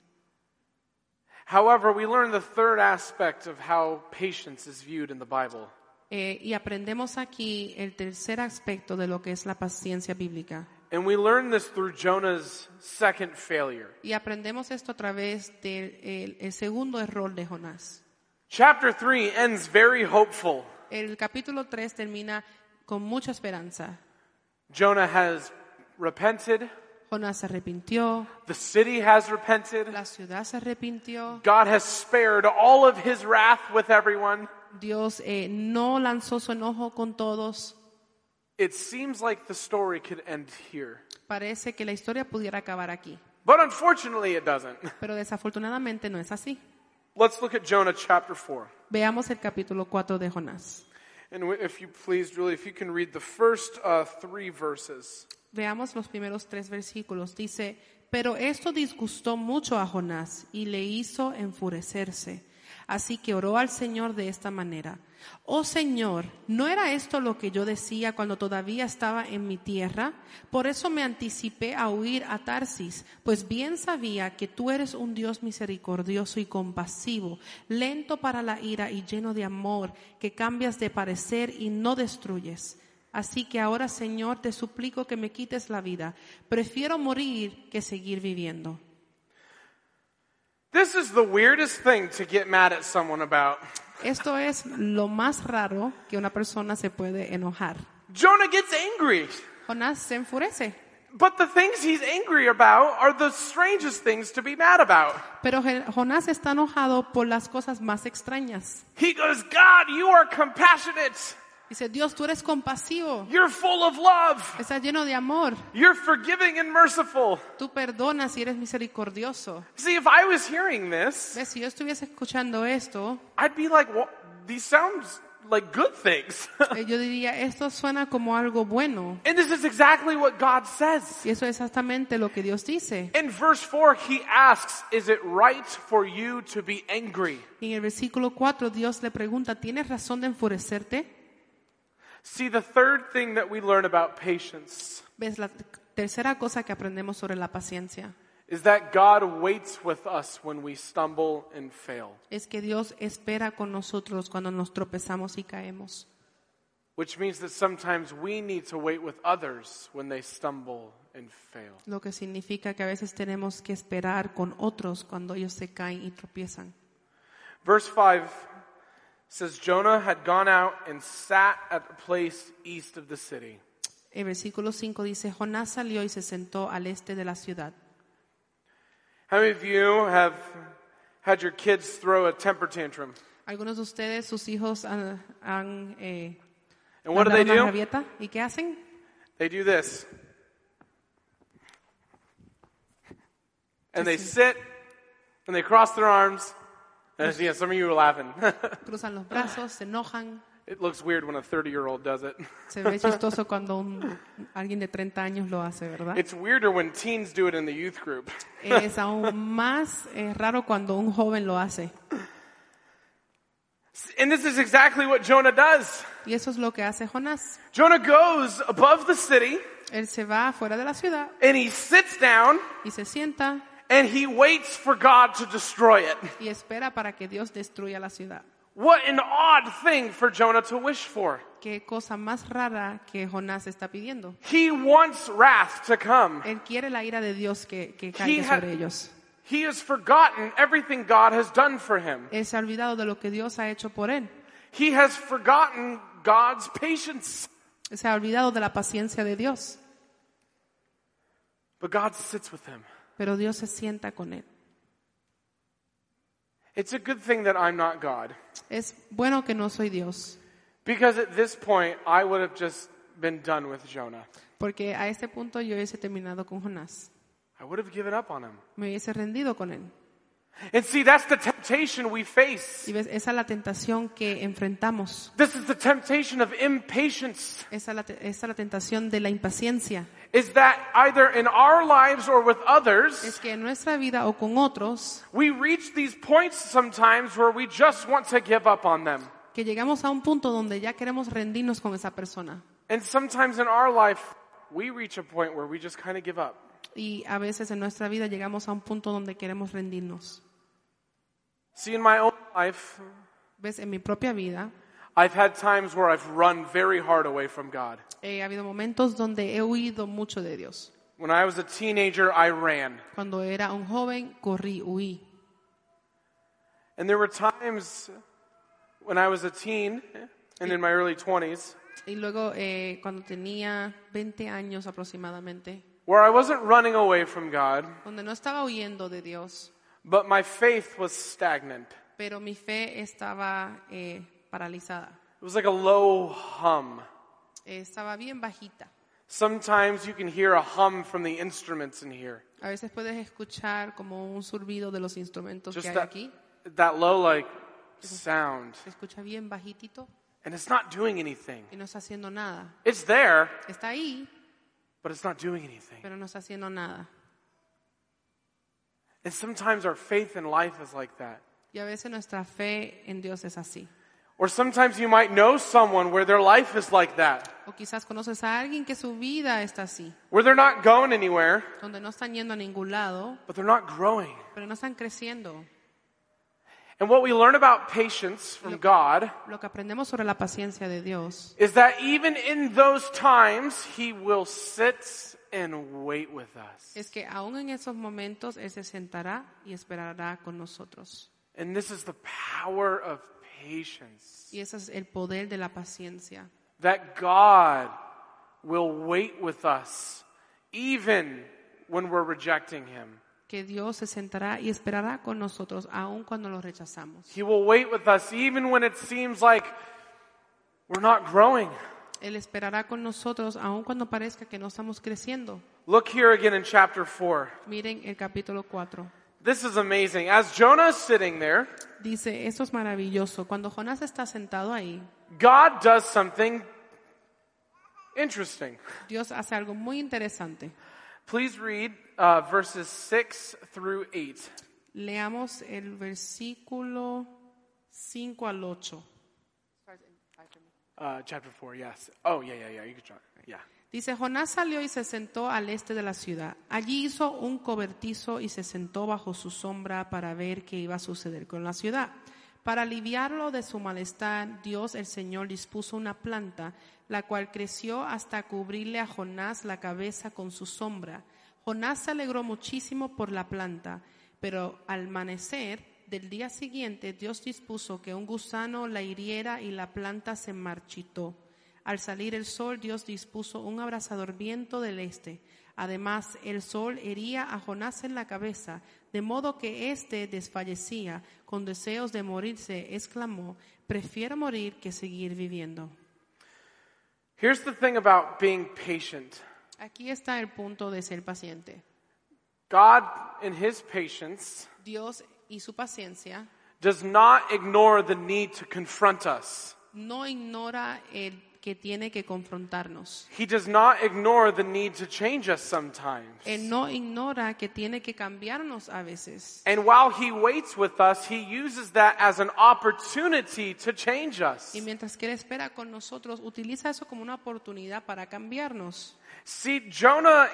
However, we learn the third aspect of how patience is viewed in the Bible. Eh, y aprendemos aquí el tercer aspecto de lo que es la paciencia bíblica. And we learn this through Jonah's second failure. Y aprendemos esto a través del el- el segundo error de Jonás. Chapter 3 ends very hopeful. El capítulo 3 termina con mucha esperanza. Jonah has repented, Jonás se arrepintió, The city has repented. la ciudad se arrepintió, God has spared all of his wrath with everyone. Dios eh, no lanzó su enojo con todos. It seems like the story could end here. Parece que la historia pudiera acabar aquí, But unfortunately, it doesn't. pero desafortunadamente no es así. Let's look at Jonah chapter 4. Veamos el capítulo 4 de Jonás. And w- if you please, Julie, if you can read the first uh, three verses. Veamos los primeros tres versículos. Dice, pero esto disgustó mucho a Jonás y le hizo enfurecerse. Así que oró al Señor de esta manera. Oh Señor, ¿no era esto lo que yo decía cuando todavía estaba en mi tierra? Por eso me anticipé a huir a Tarsis, pues bien sabía que tú eres un Dios misericordioso y compasivo, lento para la ira y lleno de amor, que cambias de parecer y no destruyes. Así que ahora, Señor, te suplico que me quites la vida. Prefiero morir que seguir viviendo. This is the weirdest thing to get mad at someone about. Esto es lo más raro que una persona se puede enojar. Jonah gets angry. Jonás se enfurece, But the things he's angry about are the strangest things to be mad about. pero Je- Jonás está enojado por las cosas más extrañas. He goes, God, you are compassionate. Dice, Dios, tú eres compasivo, You're full of love. estás lleno de amor, You're forgiving and merciful. tú perdonas y eres misericordioso. See, if I was hearing this, ¿Ves? Si yo estuviese escuchando esto, I'd be like, well, these sounds like good things. eh, yo diría, esto suena como algo bueno. and this is exactly what God says. Y eso es exactamente lo que Dios dice. In verse 4, he asks, Is it right for you to be angry? Y en el versículo 4 Dios le pregunta, ¿tienes razón de enfurecerte? See, the third thing that we learn about patience Ves la t- tercera cosa que aprendemos sobre la paciencia is that God waits with us when we stumble and fail, es que Dios espera con nosotros cuando nos tropezamos y caemos. which means that sometimes we need to wait with others when they stumble and fail. Lo que significa que a veces tenemos que esperar con otros cuando ellos se caen y tropiezan. Verse 5 says Jonah had gone out and sat at a place east of the city. El versículo 5 dice, Jonás salió y se sentó al este de la ciudad. How many of you have had your kids throw a temper tantrum? Algunos de ustedes, sus hijos han, han eh, And what do mandado they una do? rabieta. ¿Y qué hacen? They do this. And they sit and they cross their arms. And yeah, some of you are laughing. Cruzan los brazos, se enojan, it looks weird when a 30 year old does it. Se ve chistoso cuando un- alguien de 30 años lo hace, ¿verdad? It's weirder when teens do it in the youth group. Es aún más eh, raro cuando un joven lo hace. And this is exactly what Jonah does. Y eso es lo que hace Jonás. Jonah goes above the city Él se va fuera de la ciudad and he sits down y se sienta and he waits for God to destroy it. y espera para que Dios destruya la ciudad. What an odd thing for Jonah to wish for. Qué cosa más rara que Jonás está pidiendo. He wants wrath to come. Él quiere la ira de Dios que, que caiga ha- sobre ellos. He has forgotten everything God has done for him. Él se ha olvidado de lo que Dios ha hecho por él. He has forgotten God's patience. Él se ha olvidado de la paciencia de Dios. But God sits with him. Pero Dios se sienta con él. It's a good thing that I'm not God. Es bueno que no soy Dios. Because at this point, I would have just been done with Jonah. Porque a este punto yo hubiese terminado con Jonás. I would have given up on him. Me hubiese rendido con él. And see, that's the temptation we face. Y ves, esa es la tentación que enfrentamos. This is the temptation of impatience. Esa es la, te- esa es la tentación de la impaciencia. is that either in our lives or with others, Es que en nuestra vida o con otros, we reach these points sometimes where we just want to give up on them. que llegamos a un punto donde ya queremos rendirnos con esa persona. And sometimes in our life, we reach a point where we just kind of give up. Y a veces en nuestra vida llegamos a un punto donde queremos rendirnos. See, in my own life, Ves, en mi propia vida I've had times where I've run very hard away from God. eh, ha habido momentos donde he huido mucho de Dios. When I was a teenager, I ran. Cuando era un joven, corrí, huí. And there were times when I was a teen and in my early 20s Y luego, eh, cuando tenía 20 años aproximadamente, where I wasn't running away from God, donde no estaba huyendo de Dios, but my faith was stagnant. pero mi fe estaba eh, paralizada, It was like a low hum. Eh, estaba bien bajita. Sometimes you can hear a hum from the instruments in here. A veces puedes escuchar como un surbido de los instrumentos que Just hay that, aquí. that low, like, sound. Se escucha bien bajitito And it's not doing anything. y no está haciendo nada. It's there, Está ahí, but it's not doing anything. pero no está haciendo nada. And sometimes our faith in life is like that. Y a veces nuestra fe en Dios es así. Or sometimes you might know someone where their life is like that, O quizás conoces a alguien que su vida está así, where they're not going anywhere, donde no están yendo a ningún lado, but they're not growing. pero no están creciendo. And what we learn about patience from God Lo que aprendemos sobre la paciencia de Dios is that even in those times, He will sit and wait with us. es que aún en esos momentos Él se sentará y esperará con nosotros. And this is the power of patience Y ese es el poder de la paciencia, that God will wait with us even when we're rejecting Him. que Dios se sentará y esperará con nosotros aún cuando lo rechazamos. He will wait with us even when it seems like we're not growing. Él esperará con nosotros aún cuando parezca que no estamos creciendo. Look here again in chapter 4. Miren el capítulo 4. This is amazing. As Jonah is sitting there, Dice, esto es maravilloso. Cuando Jonás está sentado ahí, God does something interesting. Dios hace algo muy interesante. Please read uh, verses 6 through 8. Leamos el versículo 5 al 8. Uh, chapter 4, yes. Oh, yeah, yeah, yeah. You can try. Yeah. Dice, Jonás salió y se sentó al este de la ciudad. Allí hizo un cobertizo y se sentó bajo su sombra para ver qué iba a suceder con la ciudad. Para aliviarlo de su malestar, Dios el Señor dispuso una planta, la cual creció hasta cubrirle a Jonás la cabeza con su sombra. Jonás se alegró muchísimo por la planta, pero al amanecer del día siguiente Dios dispuso que un gusano la hiriera y la planta se marchitó. Al salir el sol, Dios dispuso un abrasador viento del este. Además, el sol hería a Jonás en la cabeza, de modo que éste desfallecía, con deseos de morirse, exclamó, prefiero morir que seguir viviendo. Here's the thing about being patient Aquí está el punto de ser paciente. God, in His patience, Dios y su paciencia does not ignore the need to confront us, no ignora el que tiene que confrontarnos. He does not ignore the need to change us sometimes. Él no ignora que tiene que cambiarnos a veces. And while he waits with us, he uses that as an opportunity to change us. Y mientras que Él espera con nosotros, utiliza eso como una oportunidad para cambiarnos. See, Jonah,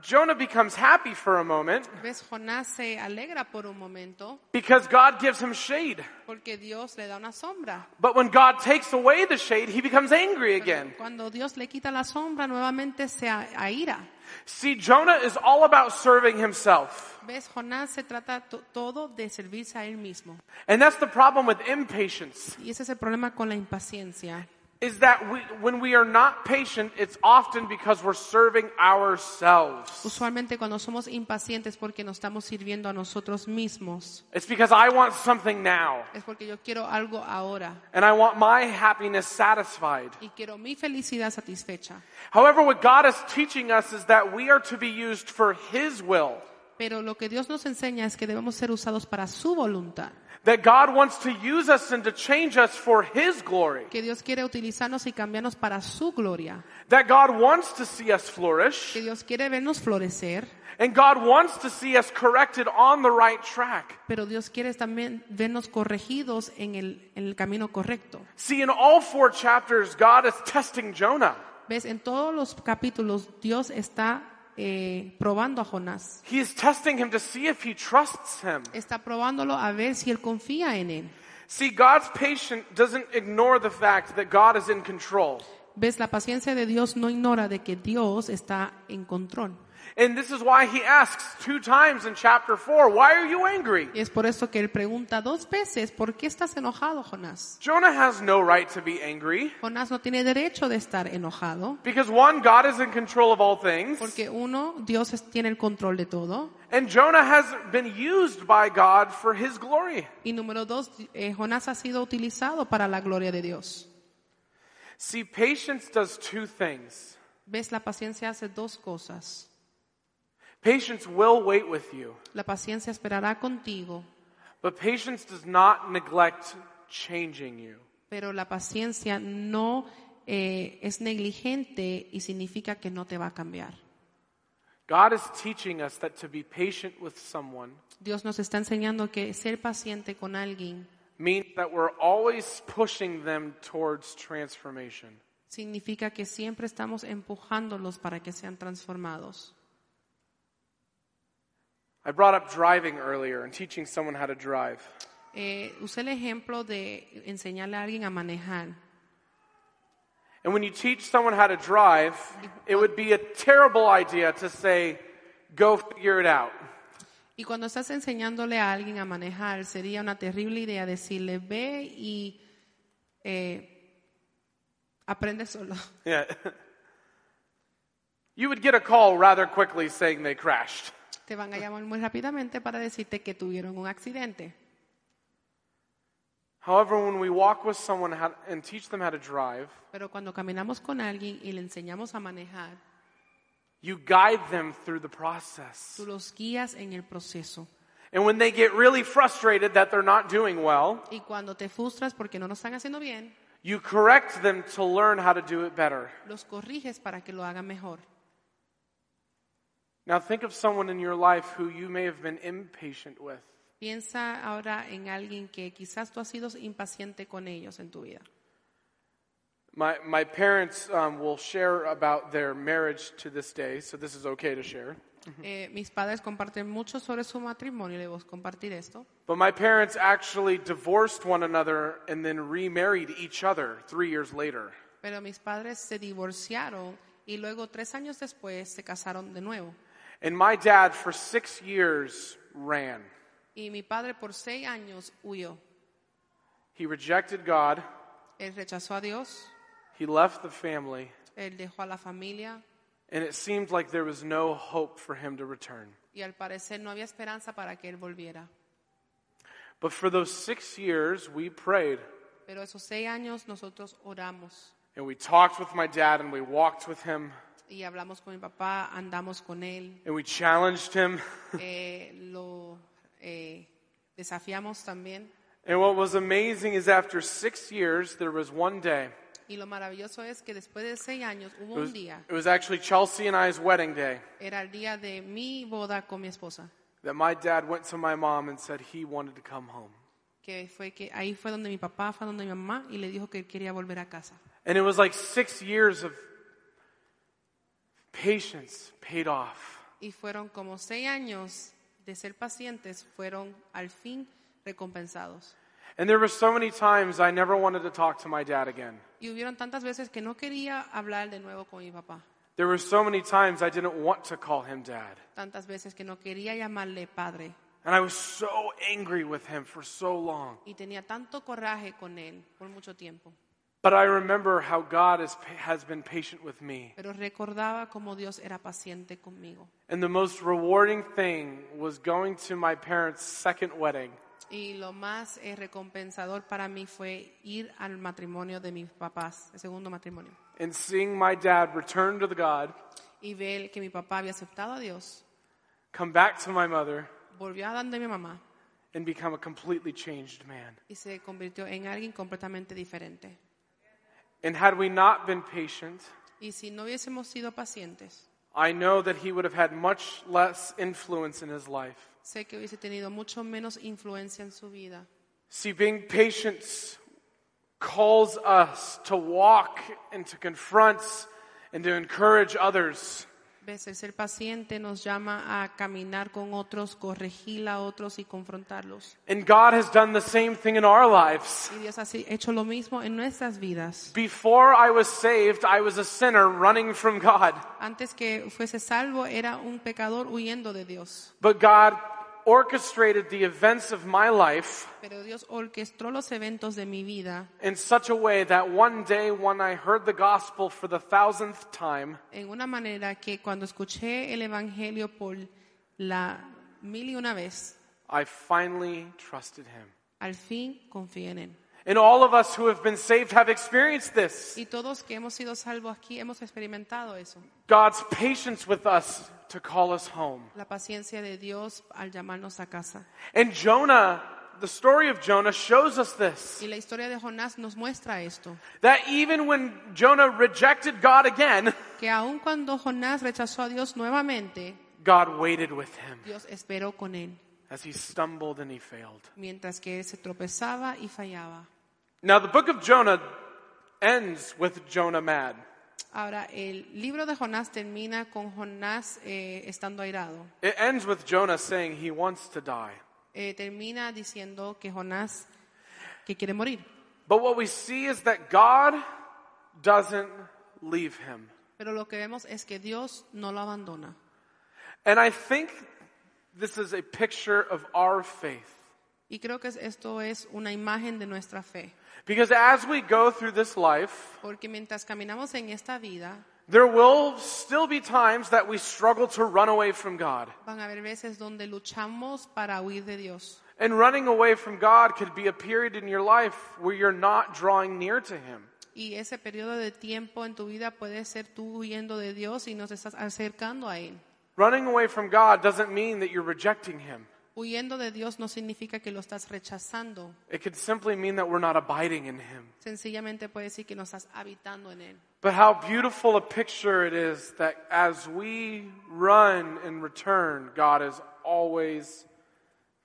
Jonah becomes happy for a moment ¿Ves? Jonás se alegra por un momento because God gives him shade. porque Dios le da una sombra. But when God takes away the shade, he becomes angry again. Pero cuando Dios le quita la sombra, nuevamente se a- aira. See, Jonah is all about serving himself. ¿Ves? Jonás se trata to- todo de servirse a Él mismo. And that's the problem with impatience Y ese es el problema con la impaciencia. is that we, when we are not patient, it's often because we're serving ourselves. Usualmente cuando somos impacientes porque nos estamos sirviendo a nosotros mismos. It's because I want something now Es porque yo quiero algo ahora and I want my happiness satisfied. y quiero mi felicidad satisfecha. However, what God is teaching us is that we are to be used for His will. Pero lo que Dios nos enseña es que debemos ser usados para su voluntad, That God wants to use us and to change us for His glory. que Dios quiere utilizarnos y cambiarnos para su gloria, That God wants to see us flourish. que Dios quiere vernos florecer, And God wants to see us corrected on the right track. pero Dios quiere también vernos corregidos en el, en el camino correcto. See, in all four chapters, God is testing Jonah. ¿Ves? En todos los capítulos Dios está eh, probando a Jonás, He is testing him to see if he trusts him. está probándolo a ver si él confía en él. See, God's patience doesn't ignore the fact that God is in control. ¿Ves? La paciencia de Dios no ignora de que Dios está en control. And this is why he asks two times in chapter 4, why are you angry? Y es por eso que él pregunta dos veces, ¿por qué estás enojado, Jonás? Jonah has no right to be angry Jonás no tiene derecho de estar enojado, because one, God is in control of all things. porque uno, Dios es- tiene el control de todo. And Jonah has been used by God for his glory. Y número dos, eh, Jonás ha sido utilizado para la gloria de Dios. See, patience does two things. Ves, la paciencia hace dos cosas. Patience will wait with you, La paciencia esperará contigo, but patience does not neglect changing you. pero la paciencia no eh, es negligente y significa que no te va a cambiar. God is teaching us that to be patient with someone Dios nos está enseñando que ser paciente con alguien means that we're always pushing them towards transformation. significa que siempre estamos empujándolos para que sean transformados. I brought up driving earlier and teaching someone how to drive. Eh, usé el ejemplo de enseñarle a alguien a manejar. And when you teach someone how to drive, it would be a terrible idea to say, go figure it out. Y cuando estás enseñándole a alguien a manejar, sería una terrible idea decirle, ve y eh, aprende solo. Yeah. You would get a call rather quickly saying they crashed. Te van a llamar muy rápidamente para decirte que tuvieron un accidente. However, when we walk with someone how, and teach them how to drive, Pero cuando caminamos con alguien y le enseñamos a manejar, you guide them through the process. tú los guías en el proceso. And when they get really frustrated that they're not doing well, Y cuando te frustras porque no lo están haciendo bien, you correct them to learn how to do it better. los corriges para que lo hagan mejor. Now, think of someone in your life who you may have been impatient with. Piensa ahora en alguien que quizás tú has sido impaciente con ellos en tu vida. My, my parents um, will share about their marriage to this day, so this is okay to share. Eh, mis padres comparten mucho sobre su matrimonio, le voy a compartir esto. But my parents actually divorced one another and then remarried each other three years later. Pero mis padres se divorciaron y luego tres años después se casaron de nuevo. And my dad, for six years, ran. Y mi padre por seis años huyó. He rejected God, Él rechazó a Dios, he left the family, él dejó a la familia and it seemed like there was no hope for him to return. y al parecer no había esperanza para que él volviera. But for those six years, we prayed Pero esos seis años nosotros oramos and we talked with my dad and we walked with him y hablamos con mi papá, andamos con él, and we challenged him. eh, lo eh, desafiamos también. And what was amazing is after six years, there was one day. Y lo maravilloso es que después de seis años hubo It was, un día, it was actually Chelsea and I's wedding day era el día de mi boda con mi esposa, that my dad went to my mom and said he wanted to come home. que fue que ahí fue donde mi papá fue donde mi mamá y le dijo que él quería volver a casa. And it was like six years of patience paid off. Y fueron como seis años de ser pacientes, fueron al fin recompensados. And there were so many times I never wanted to talk to my dad again. Y hubieron tantas veces que no quería hablar de nuevo con mi papá, There were so many times I didn't want to call him dad. tantas veces que no quería llamarle padre And I was so angry with him for so long. y tenía tanto coraje con él por mucho tiempo. But I remember how God is, has been patient with me. Pero recordaba cómo Dios era paciente conmigo. And the most rewarding thing was going to my parents' second wedding Y lo más eh, recompensador para mí fue ir al matrimonio de mis papás, el segundo matrimonio, and seeing my dad return to the God, y ver que mi papá había aceptado a Dios, come back to my mother, volvió a donde mi mamá and become a completely changed man. y se convirtió en alguien completamente diferente. And had we not been patient, Y si no hubiésemos sido pacientes, I know that he would have had much less influence in his life. sé que hubiese tenido mucho menos influencia en su vida. See, being patient calls us to walk and to confront and to encourage others. veces el paciente nos llama a caminar con otros, corregir a otros y confrontarlos. And God has done the same thing in our lives. Y Dios ha si- hecho lo mismo en nuestras vidas. Before I was saved, I was a sinner running from God. Antes que fuese salvo era un pecador huyendo de Dios, But God orchestrated the events of my life pero Dios orquestó los eventos de mi vida in such a way that one day when I heard the gospel for the thousandth time, en una manera que cuando escuché el Evangelio por la mil y una vez, I finally trusted Him. al fin confié en Él. And all of us who have been saved have experienced this. Y todos que hemos sido salvos aquí hemos experimentado eso, God's patience with us to call us home. la paciencia de Dios al llamarnos a casa. And Jonah, the story of Jonah shows us this. Y la historia de Jonás nos muestra esto, That even when Jonah rejected God again, que aun cuando Jonás rechazó a Dios nuevamente, God waited with him Dios esperó con él, as he stumbled and he failed. mientras que él se tropezaba y fallaba. Now, the book of Jonah ends with Jonah mad. Ahora, el libro de Jonás termina con Jonás eh, estando airado. It ends with Jonah saying he wants to die. Eh, termina diciendo que Jonás, que quiere morir. But what we see is that God doesn't leave him. Pero lo que vemos es que Dios no lo abandona. And I think this is a picture of our faith. Y creo que es- esto es una imagen de nuestra fe. Because as we go through this life, Porque mientras caminamos en esta vida, there will still be times that we struggle to run away from God. van a haber veces donde luchamos para huir de Dios. And running away from God could be a period in your life where you're not drawing near to Him. Y ese periodo de tiempo en tu vida puede ser tú huyendo de Dios y nos estás acercando a Él. Running away from God doesn't mean that you're rejecting Him. Huyendo de Dios no significa que lo estás rechazando. It could simply mean that we're not abiding in Him. Sencillamente puede decir que no estás habitando en Él. But how beautiful a picture it is that as we run and return, God is always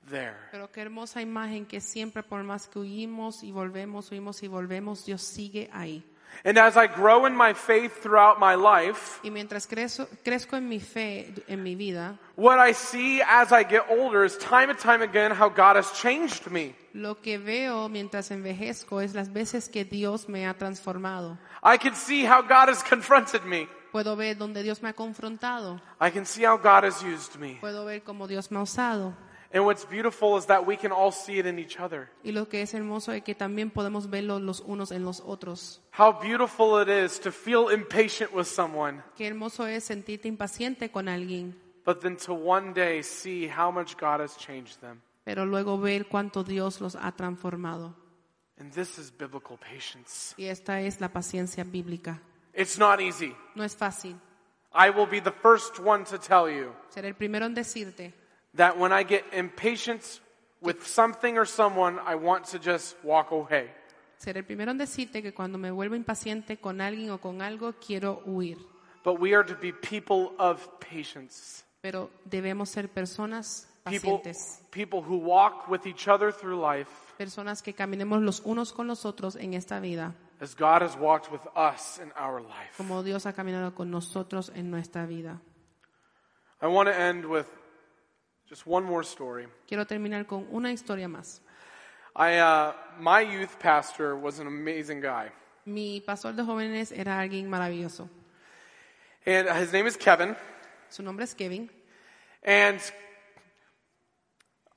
there. Pero qué hermosa imagen que siempre por más que huimos y volvemos, huimos y volvemos, Dios sigue ahí. And as I grow in my faith throughout my life, Y mientras crezo- crezco en mi fe, en mi vida, what I see as I get older is time and time again how God has changed me. lo que veo mientras envejezco es las veces que Dios me ha transformado. I can see how God has confronted me. Puedo ver donde Dios me ha confrontado. I can see how God has used me. Puedo ver cómo Dios me ha usado. And what's beautiful is that we can all see it in each other. Y lo que es hermoso es que también podemos verlo los unos en los otros. How beautiful it is to feel impatient with someone, Qué hermoso es sentirte impaciente con alguien, but then to one day see how much God has changed them. pero luego ver cuánto Dios los ha transformado. And this is biblical patience. Y esta es la paciencia bíblica. It's not easy. No es fácil. I will be the first one to tell you Seré el primero en decirte that when I get impatient with something or someone, I want to just walk away. Seré el primero en decirte que cuando me vuelvo impaciente con alguien o con algo, quiero huir. But we are to be people of patience. Pero debemos ser personas People, pacientes. people who walk with each other through life Personas que caminemos los unos con los otros en esta vida, as God has walked with us in our life. como Dios ha caminado con nosotros en nuestra vida. I want to end with just one more story. Quiero terminar con una historia más. I, uh, my youth pastor was an amazing guy, Mi pastor de jóvenes era alguien maravilloso. and his name is Kevin. Su nombre es Kevin. And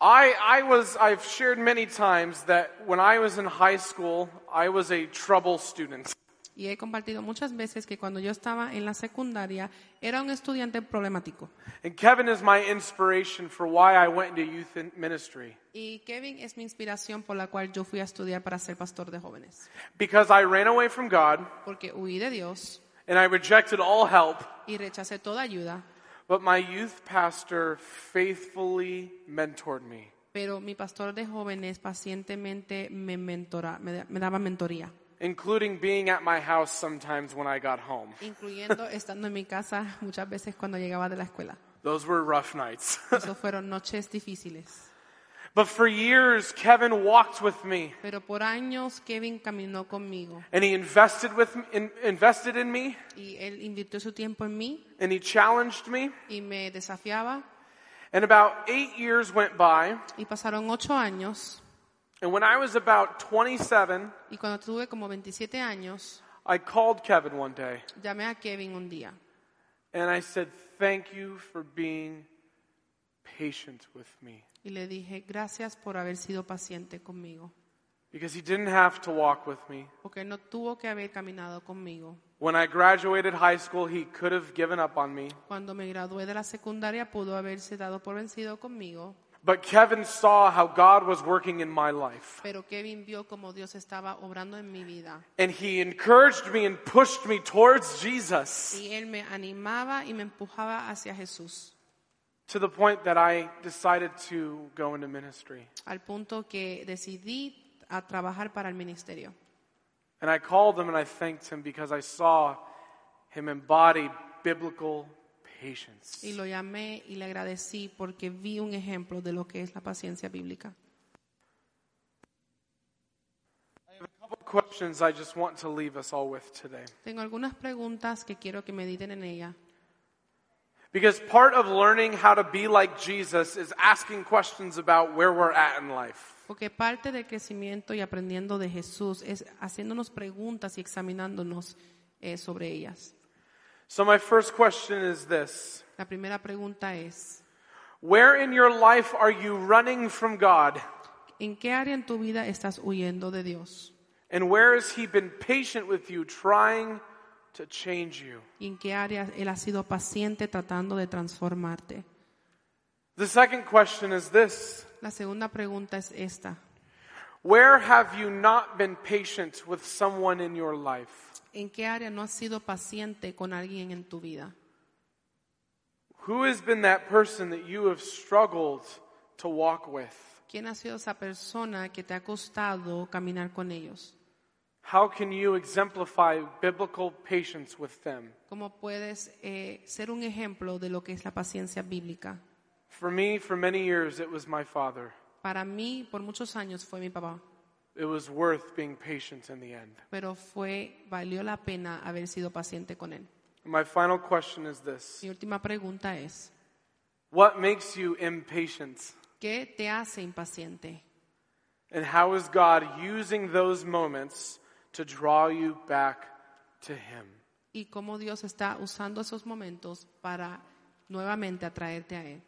I, I was, I've shared many times that when I was in high school, I was a trouble student. Y he compartido muchas veces que cuando yo estaba en la secundaria era un estudiante problemático. And Kevin is my inspiration for why I went into youth in- ministry. Y Kevin es mi inspiración por la cual yo fui a estudiar para ser pastor de jóvenes. Because I ran away from God Porque huí de Dios and I rejected all help y rechacé toda ayuda, But my youth pastor faithfully mentored me. pero mi pastor de jóvenes pacientemente me, mentora, me, da- me daba mentoría, Including being at my house sometimes when I got home. incluyendo estando en mi casa muchas veces cuando llegaba de la escuela. Those were rough nights. Eso fueron noches difíciles. But for years, Kevin walked with me Pero por años Kevin caminó conmigo and he invested, with me, in, invested in me y él invirtió su tiempo en mí and he challenged me. y me desafiaba. And about eight years went by. Y pasaron ocho años And when I was about 27, y cuando tuve como 27 años, I called Kevin one day llamé a Kevin un día and I said, Thank you for being patient with me. y le dije gracias por haber sido paciente conmigo, Because he didn't have to walk with me. porque él no tuvo que haber caminado conmigo. When I graduated high school, he could have given up on me. Cuando me gradué de la secundaria pudo haberse dado por vencido conmigo, But Kevin saw how God was working in my life. pero Kevin vio como Dios estaba obrando en mi vida And he encouraged me and pushed me towards Jesus y él me animaba y me empujaba hacia Jesús, to the point that I decided to go into ministry. al punto que decidí a trabajar para el ministerio. And I called him and I thanked him because I saw him embody biblical patience. Y lo llamé y le agradecí porque vi un ejemplo de lo que es la paciencia bíblica. A couple questions I just want to leave us all with today. Tengo algunas preguntas que quiero que mediten en ella, Because part of learning how to be like Jesus is asking questions about where we're at in life. porque parte del crecimiento y aprendiendo de Jesús es haciéndonos preguntas y examinándonos eh, sobre ellas. So, my first question is this La primera pregunta es, Where in your life are you running from God? ¿en qué área en tu vida estás huyendo de Dios? And where has He been patient with you, trying to change you? ¿Y en qué área Él ha sido paciente tratando de transformarte? The second question is this La segunda pregunta es esta. Where have you not been patient with someone in your life? ¿En qué área no has sido paciente con alguien en tu vida? Who has been that person that you have struggled to walk with? ¿Quién ha sido esa persona que te ha costado caminar con ellos? How can you exemplify biblical patience with them? ¿Cómo puedes eh, ser un ejemplo de lo que es la paciencia bíblica? For me, for many years, it was my father. Para mí, por muchos años fue mi papá, It was worth being patient in the end. pero fue valió la pena haber sido paciente con él. My final question is this Mi última pregunta es, What makes you impatient? ¿qué te hace impaciente? And how is God using those moments to draw you back to Him? Y cómo Dios está usando esos momentos para nuevamente atraerte a él.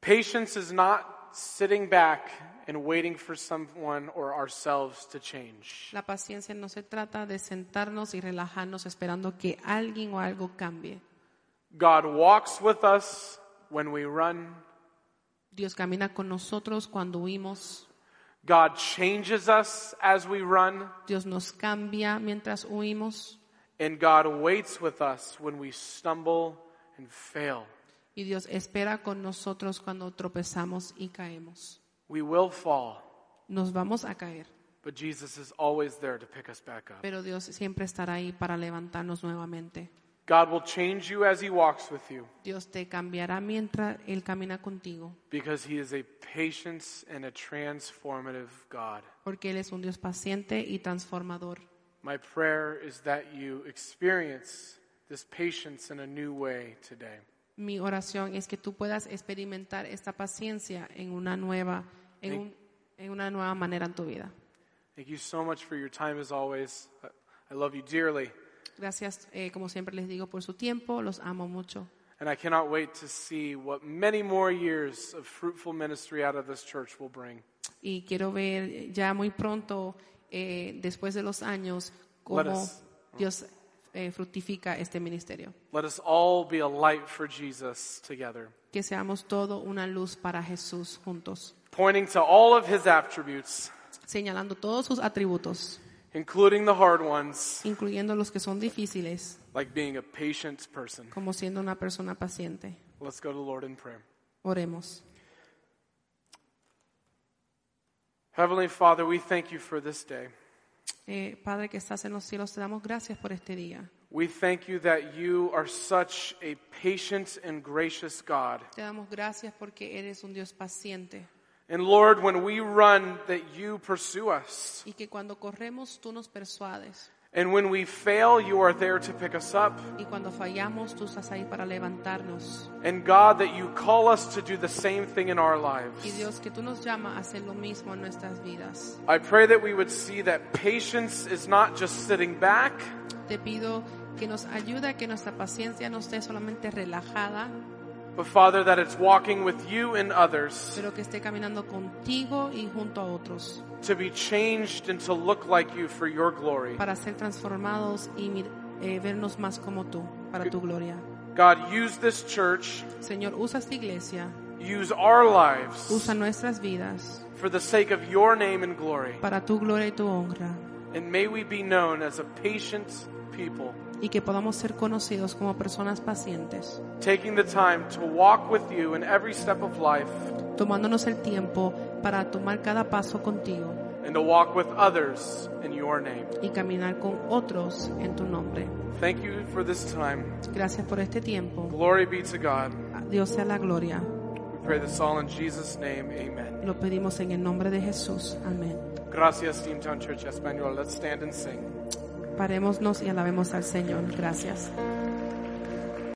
Patience is not sitting back and waiting for someone or ourselves to change. La paciencia no se trata de sentarnos y relajarnos esperando que alguien o algo cambie. God walks with us when we run, Dios camina con nosotros cuando huimos. God changes us as we run, Dios nos cambia mientras huimos. and God waits with us when we stumble and fail. Y Dios espera con nosotros cuando tropezamos y caemos. We will fall, Nos vamos a caer, but Jesus is always there to pick us back up. pero Dios siempre estará ahí para levantarnos nuevamente. God will change you as He walks with you Dios te cambiará mientras Él camina contigo, because He is a patience and a transformative God. porque Él es un Dios paciente y transformador. My prayer is that you experience this patience in a new way today. Mi oración es que tú puedas experimentar esta paciencia en una nueva, en un- en una nueva manera en tu vida. Thank you so much for your time as always. I love you dearly, Gracias, eh, como siempre les digo, por su tiempo. Los amo mucho. and I cannot wait to see what many more years of fruitful ministry out of this church will bring. Y quiero ver ya muy pronto, eh, después de los años, Let cómo us- Dios eh, fructifica este ministerio. Let us all be a light for Jesus together, Que seamos todo una luz para Jesús juntos, pointing to all of his attributes, señalando todos sus atributos, including the hard ones, incluyendo los que son difíciles, like being a patient person. como siendo una persona paciente. Let's go to the Lord in prayer. Oremos. Heavenly Father, we thank you for this day. Eh, Padre que estás en los cielos, te damos gracias por este día. We thank you that you are such a patient and gracious God. Te damos gracias porque eres un Dios paciente And Lord, when we run, that you pursue us. y que cuando corremos tú nos persuades And when we fail, you are there to pick us up. y cuando fallamos tú estás ahí para levantarnos. And God, that you call us to do the same thing in our Y lives. Dios que tú nos llama a hacer lo mismo en nuestras vidas. I pray that we would see that patience is not just sitting back, Te pido que nos ayude a que nuestra paciencia no esté solamente relajada, but Father, that it's walking with you and others pero que esté caminando contigo y junto a otros to be changed and to look like you for your glory. para ser transformados y mir- eh, vernos más como tú, para tu gloria. God, use this church, Señor, usa esta iglesia, use our lives usa nuestras vidas for the sake of your name and glory. para tu gloria y tu honra And may we be known as a patient people, y que podamos ser conocidos como personas pacientes, taking the time to walk with you in every step of life tomándonos el tiempo para tomar cada paso contigo and to walk with others in your name. y caminar con otros en tu nombre. Thank you for this time. Gracias por este tiempo. Glory be to God. A Dios sea la gloria. We pray this all in Jesus' name. Amen. Lo pedimos en el nombre de Jesús. Amén. Gracias, Steamtown Church Espanol. Let's stand and sing. Parémonos y alabemos al Señor. Gracias.